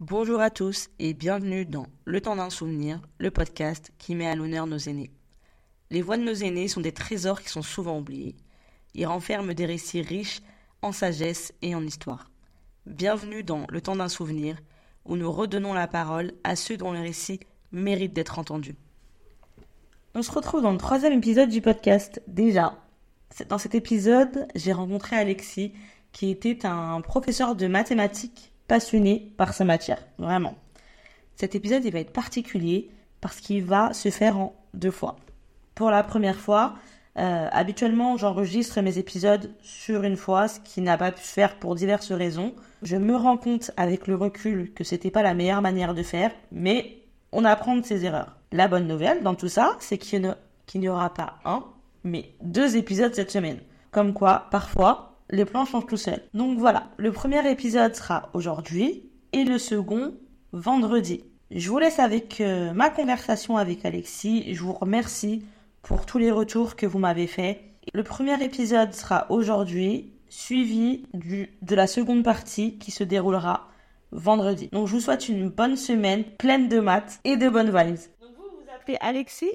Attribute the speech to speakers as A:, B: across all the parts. A: Bonjour à tous et bienvenue dans Le temps d'un souvenir, le podcast qui met à l'honneur nos aînés. Les voix de nos aînés sont des trésors qui sont souvent oubliés. Ils renferment des récits riches en sagesse et en histoire. Bienvenue dans Le temps d'un souvenir, où nous redonnons la parole à ceux dont les récits méritent d'être entendus. On se retrouve dans le troisième épisode du podcast, déjà. C'est- Dans cet épisode, j'ai rencontré Alexis, qui était un professeur de mathématiques passionné par sa matière, vraiment. Cet épisode, il va être particulier parce qu'il va se faire en deux fois. Pour la première fois, euh, habituellement, j'enregistre mes épisodes sur une fois, ce qui n'a pas pu se faire pour diverses raisons. Je me rends compte avec le recul que c'était pas la meilleure manière de faire, mais on apprend de ses erreurs. La bonne nouvelle dans tout ça, c'est qu'il n'y en a- qu'il n'y aura pas un, mais deux épisodes cette semaine. Comme quoi, parfois, les plans changent tout seuls. Donc voilà, le premier épisode sera aujourd'hui et le second vendredi. Je vous laisse avec euh, ma conversation avec Alexis. Je vous remercie pour tous les retours que vous m'avez faits. Le premier épisode sera aujourd'hui, suivi du, de la seconde partie qui se déroulera vendredi. Donc je vous souhaite une bonne semaine pleine de maths et de bonnes vibes. Donc vous vous appelez Alexis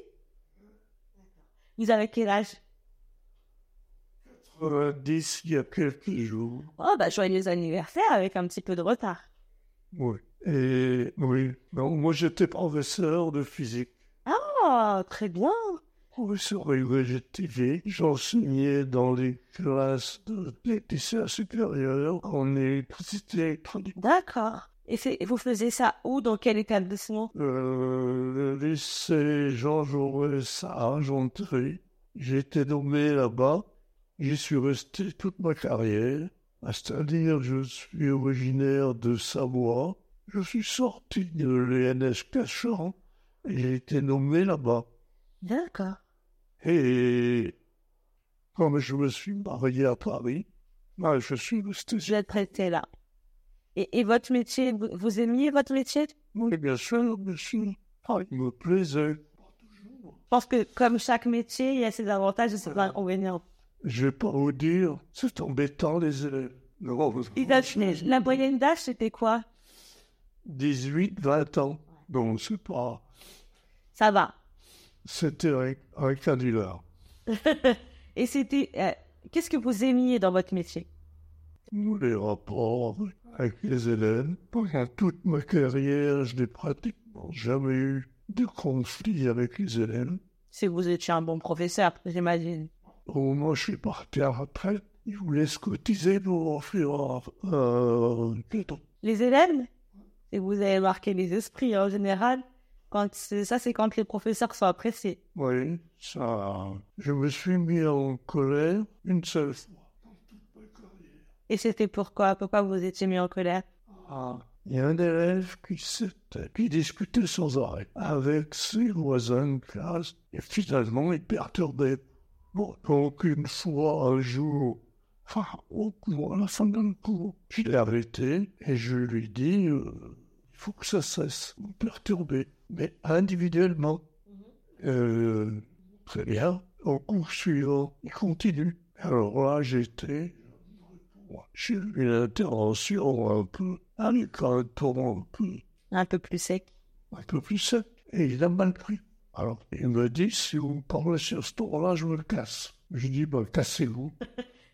A: Vous avez quel âge
B: 90 il y a quelques jours.
A: Oh bah joyeux anniversaire avec un petit peu de retard.
B: Oui. Et oui. Donc, moi, j'étais professeur de physique.
A: Oh, très bien.
B: Professeur UGTV. J'enseignais dans les classes de des lycéens supérieurs en électricité électronique.
A: D'accord. Et c'est- et vous faisiez ça où, dans quel établissement
B: Euh, le lycée Jean Jaurès à Argenteuil. J'ai été nommé là-bas. J'y suis resté toute ma carrière. Ah, C'est-à-dire, je suis originaire de Savoie. Je suis sorti de l'ENS Cachan et j'ai été nommé là-bas.
A: D'accord.
B: Et comme je me suis marié à Paris, bah, je suis resté.
A: Je vais te rester là. Et, et votre métier, vous, vous aimiez votre métier
B: Oui, bien sûr, bien sûr. Ah, il me plaisait.
A: Je pense que comme chaque métier, il y a ses avantages et ses
B: Voilà.
A: inconvénients.
B: Je vais pas vous dire, c'est embêtant les élèves. Non, vous-
A: Et la, la moyenne d'âge, c'était quoi
B: 18, 20 ans. Donc c'est pas.
A: Ça va.
B: C'était un, un canular.
A: et c'était... euh, Qu'est-ce que vous aimiez dans votre métier
B: Nous, les rapports avec les élèves. Pendant toute ma carrière, je n'ai pratiquement jamais eu de conflit avec les élèves.
A: Si vous étiez un bon professeur, j'imagine.
B: Au moment où je suis parti à la retraite, ils voulaient se cotiser pour offrir euh, quatre-
A: les élèves, et vous avez marqué les esprits en général. Quand c'est- ça, c'est quand les professeurs sont appréciés.
B: Oui, ça. Je me suis mis en colère une seule fois.
A: Et c'était pourquoi Pourquoi vous étiez mis en colère
B: Ah, il y a un élève qui, s'était- qui discutait sans arrêt avec ses voisins de classe et finalement il perturbait. Bon, donc une fois, un jour, enfin, au cours, à la fin d'un cours, je l'ai arrêté et je lui ai dit euh, il faut que ça cesse, vous perturber, mais individuellement. Euh, très bien, au cours suivant, il continue. Alors là, j'étais j'ai eu une intervention un peu avec un ton un peu,
A: Un peu plus sec.
B: un peu plus sec, et il a mal pris. Alors, il me dit, si vous me parlez sur ce ton-là, je me casse. Je dis, ben, cassez-vous.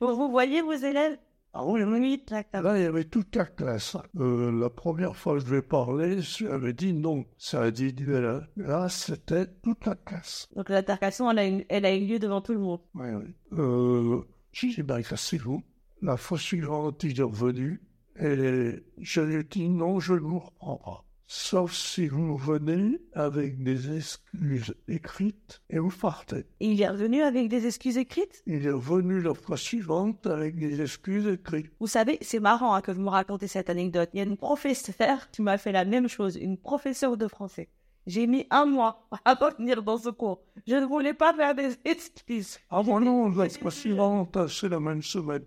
A: Vous, vous voyez vos élèves
B: Ah oui, oui.
A: Oui, exactement.
B: Là, il y avait toute la classe. Euh, la première fois que je lui ai parlé, j'avais dit non. Ça a dit, ben, là, là c'était toute la classe.
A: Donc l'altercation, elle, a une- elle a eu lieu devant tout le monde.
B: Ouais, ouais. Euh, j'ai dit, ben, cassez-vous. La fois suivante, il est revenu et je lui ai dit, non, je ne vous reprends pas. Sauf si vous venez avec des excuses écrites et vous partez.
A: Et il est revenu avec des excuses écrites
B: Il est revenu la fois suivante avec des excuses écrites.
A: Vous savez, c'est marrant hein, que vous me racontez cette anecdote. Il y a une professeure qui m'a fait la même chose, une professeure de français. J'ai mis un mois avant de venir dans ce cours. Je ne voulais pas faire des excuses.
B: Ah bon, non, la fois suivante, c'est la même semaine.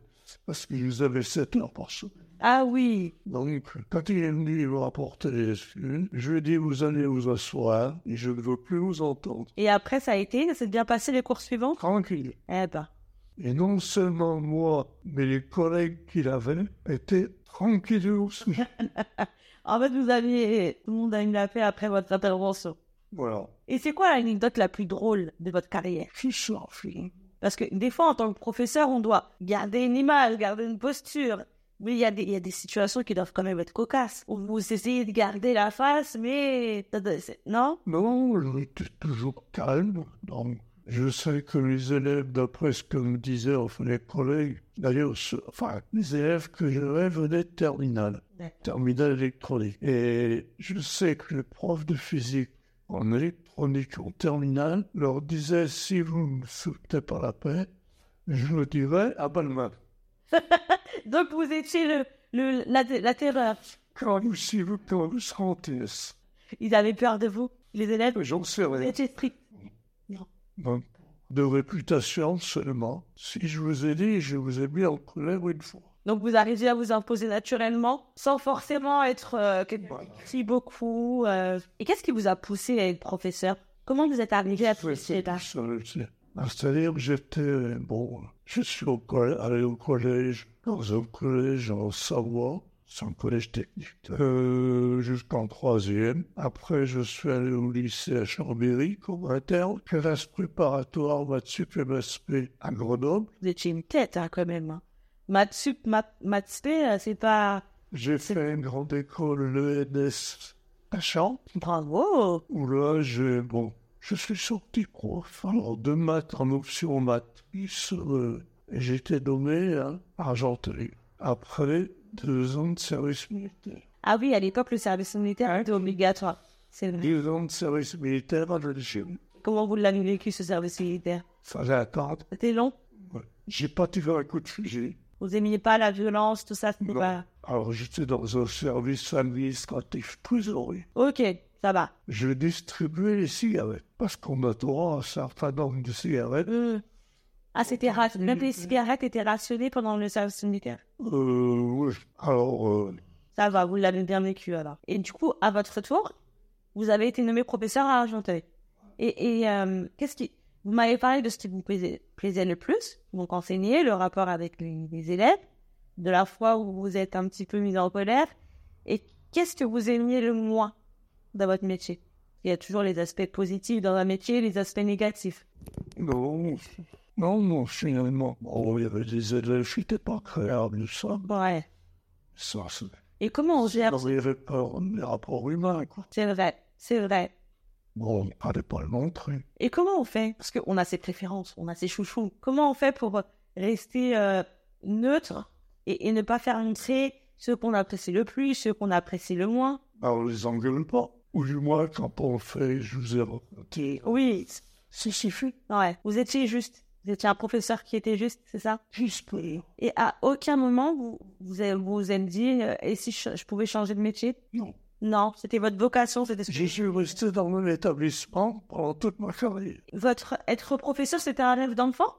B: Parce qu'ils avaient 7 heures par semaine.
A: Ah oui,
B: Donc, quand il est venu me rapporter les excuses, je lui ai dit, vous allez vous asseoir et je ne veux plus vous entendre.
A: Et après, ça a été, ça s'est bien passé les cours suivants
B: Tranquille.
A: Eh ben,
B: Et non seulement moi, mais les collègues qu'il avait étaient Tranquillos.
A: En fait, vous aviez, tout le monde a eu la paix après votre intervention.
B: voilà.
A: Et c'est quoi l'anecdote la plus drôle de votre carrière
B: Je suis sorti.
A: Parce que des fois, en tant que professeur, on doit garder une image, garder une posture. Mais il y, a des- il y a des situations qui doivent quand même être cocasses. Où vous essayez de garder la face, mais... c'est- Non
B: Non, j'étais toujours calme. Donc, je sais que les élèves, d'après ce que me disaient enfin, les collègues, d'ailleurs, ce- enfin, les élèves que j'avais venaient de terminale,
A: D'accord.
B: terminale électronique. Et je sais que les profs de physique en électronique, en terminale, leur disaient si vous ne me foutez pas la paix, je ah le dirai à Balmain.
A: Donc vous étiez le, le- la, la terreur.
B: Quand vous, si vous, quand vous sentez, ça,
A: Ils avaient peur de vous, les élèves.
B: j'en sais
A: Vous
B: rien.
A: étiez strict.
B: Bon, de réputation seulement. Si je vous ai dit, je vous ai mis en colère une fois.
A: Donc vous arrivez à vous imposer naturellement, sans forcément être euh, quelqu'un qui crie beaucoup. euh. Et qu'est-ce qui vous a poussé à être professeur Comment vous êtes arrivé à tous ces états
B: Ça, c'est- ah, C'est-à-dire que j'étais, euh, bon, je suis au coll- allé au collège, dans un collège en Savoie, c'est un collège technique, euh, jusqu'en troisième. Après, je suis allé au lycée à Chambéry, comme interne, classe préparatoire, maths sup et maths spé à Grenoble.
A: Vous étiez une tête hein, quand même. Hein. Maths sup, maths, maths spé, euh, c'est pas...
B: J'ai fait une grande école, l'ENS, à Chartres.
A: Bravo
B: Où là, j'ai, bon, je suis sorti prof, alors de maths en option maths. plus, euh, et j'étais nommé à Argenterie. Après deux ans de service militaire.
A: Ah oui, à l'époque, le service militaire était obligatoire. C'est vrai.
B: Deux ans de service militaire en Algérie.
A: Comment vous l'avez vécu, ce service militaire
B: Fallait attendre.
A: C'était long
B: Ouais. J'ai pas tiré un coup de fusil.
A: Vous aimiez pas la violence, tout ça, c'était
B: Non.
A: pas...
B: Alors j'étais dans un service administratif trésorier.
A: Ok, ça va.
B: Je distribuais les cigarettes. Parce qu'on a droit à un certain nombre de cigarettes.
A: Euh. Ah, c'était ra- Même les cigarettes étaient rationnées pendant le service militaire.
B: Euh, oui. Alors, euh,
A: Ça va, vous l'avez bien vécu alors. Et du coup, à votre retour, vous avez été nommé professeur à Argenteuil. Et, et, euh, qu'est-ce qui. Vous m'avez parlé de ce qui vous plaisait, plaisait le plus, donc enseigner, le rapport avec les, les élèves, de la fois où vous êtes un petit peu mis en colère. Et qu'est-ce que vous aimiez le moins dans votre métier Il y a toujours les aspects positifs dans un métier, les aspects négatifs.
B: Non, non, non, finalement. Bon, il y avait des élèves qui n'étaient pas créables, ça.
A: Ouais.
B: Ça, c'est.
A: Et comment on gère
B: Non, il y avait pas les rapports humains, quoi.
A: C'est vrai, c'est vrai.
B: Bon, on ne fallait pas le montrer.
A: Et comment on fait Parce qu'on a ses préférences, on a ses chouchous. Comment on fait pour rester euh, neutre et, et ne pas faire entrer ceux qu'on apprécie le plus, ceux qu'on apprécie le moins
B: Alors, Ah, on les engueule pas. Ou du moins, quand on le fait, je vous ai raconté.
A: Oui.
B: C'est suffit.
A: Ouais. Vous étiez juste. Vous étiez un professeur qui était juste, c'est ça
B: J'espère.
A: Et à aucun moment, vous vous avez, vous vous êtes dit, euh, et si je, je pouvais changer de métier
B: Non.
A: Non, c'était votre vocation, c'était ce que-
B: J'y suis resté dans mon établissement pendant toute ma carrière.
A: Votre être professeur, c'était un rêve d'enfant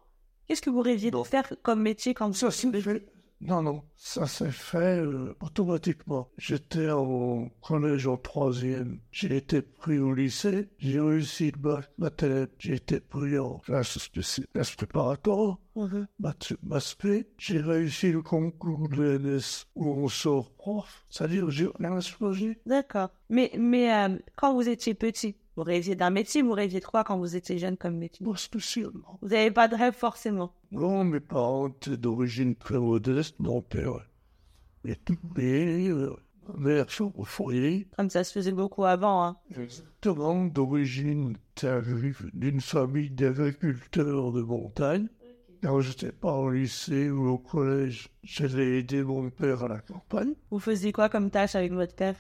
A: Qu'est-ce que vous rêviez de
B: Non.
A: faire comme métier quand vous
B: Ça s'est fait. Non, non, ça s'est fait euh, automatiquement. J'étais au collège en troisième. J'ai été pris au lycée. J'ai réussi le bac maths. J'ai été pris en classe, spéci- classe préparatoire,
A: Mhm.
B: maths, maths P. J'ai réussi le concours de l'ENS où on sort prof. C'est-à-dire, j'ai rien explosé.
A: D'accord. Mais, mais euh, quand vous étiez petit, vous rêviez d'un métier, vous rêviez de quoi quand vous étiez jeune comme métier
B: Pas spécialement.
A: Vous n'avez pas de rêve forcément.
B: Non, mes parents étaient d'origine très modeste. Mon père était payé. euh, Ma mère, femme au foyer.
A: Comme ça se faisait beaucoup avant. Hein.
B: Exactement, d'origine tarif d'une famille d'agriculteurs de montagne. Quand j'étais pas au lycée ou au collège, j'allais aider mon père à la campagne.
A: Vous faisiez quoi comme tâche avec votre père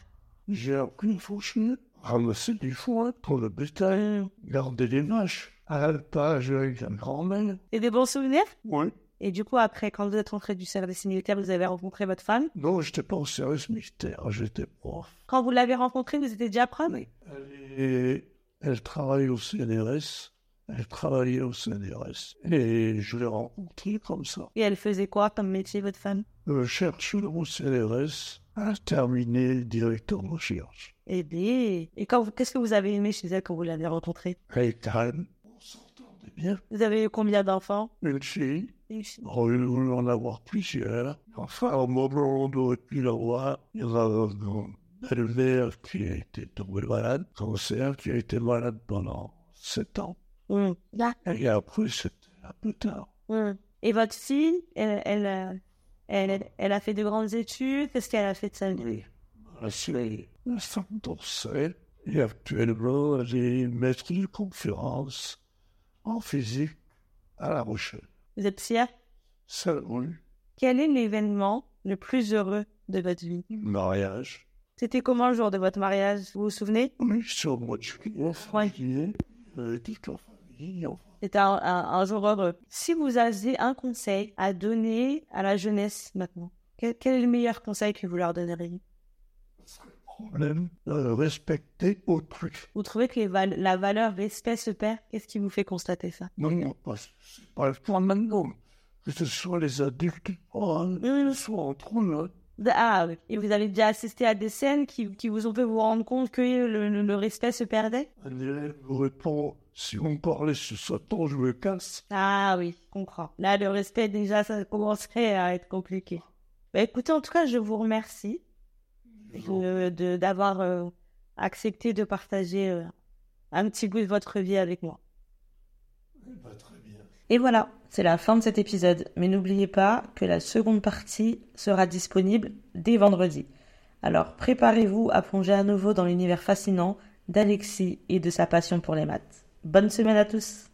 B: J'ai appris une fourchette, ramasser du foin pour le bétail, garder des vaches, à l'alpage avec la grand-mère.
A: Et des bons souvenirs
B: Oui.
A: Et du coup, après, quand vous êtes rentré du service militaire, vous avez rencontré votre femme
B: Non, j'étais pas au service militaire, j'étais prof.
A: Quand vous l'avez rencontrée, vous étiez déjà prêt
B: Elle, est- elle travaille au CNRS. Elle travaillait au CNRS. Et je l'ai rencontrée comme ça.
A: Et elle faisait quoi comme métier, votre femme
B: Le chercheur au CNRS a terminé le directeur de recherche.
A: Eh bien, et quand vous- qu'est-ce que vous avez aimé chez elle quand vous l'avez rencontrée
B: Elle est calme. On s'entendait bien.
A: Vous avez eu combien d'enfants
B: Une fille, on a voulu en avoir plusieurs. Enfin, au moment où on aurait pu l'avoir, il y en avait une belle-mère qui a été tombée malade, cancer, qui a été malade pendant sept ans.
A: Mm. Là.
B: Et après, c'était un peu tard.
A: Mm. Et votre fille, elle, elle, euh, elle, elle a fait de grandes études. Qu'est-ce qu'elle a fait de sa vie
B: Oui. La série, la femme d'Orsay, et actuellement, elle est maître de conférence en physique à La Rochelle.
A: Vous êtes fier
B: Ça, oui,
A: Quel est l'événement le plus heureux de votre vie
B: le mariage.
A: C'était comment le jour de votre mariage Vous vous souvenez
B: Oui, sur le mois de juillet, fin
A: Ouais.
B: juillet, euh, dites en famille, en
A: C'était un, un- un jour heureux. Si vous aviez un conseil à donner à la jeunesse maintenant, quel, quel est le meilleur conseil que vous leur donneriez
B: problème, euh, respecter autrui.
A: Vous trouvez que les val- la valeur respect se perd Qu'est-ce qui vous fait constater ça
B: Non, non, pas, c'est pas le point maintenant. Que ce soit les adultes, oh, ils sont entre nous.
A: Ah, oui. et vous avez déjà assisté à des scènes qui, qui vous ont fait vous rendre compte que le, le- le respect se perdait
B: Un élève vous répond, si on parlait sur ce ton, je me casse.
A: Ah oui, je comprends. Là, le respect, déjà, ça commencerait à être compliqué. Bah, écoutez, en tout cas, je vous remercie de- de- d'avoir euh, accepté de partager euh, un petit bout de votre vie avec moi.
B: Pas très bien.
A: Et voilà, c'est la fin de cet épisode. Mais n'oubliez pas que la seconde partie sera disponible dès vendredi. Alors préparez-vous à plonger à nouveau dans l'univers fascinant d'Alexis et de sa passion pour les maths. Bonne semaine à tous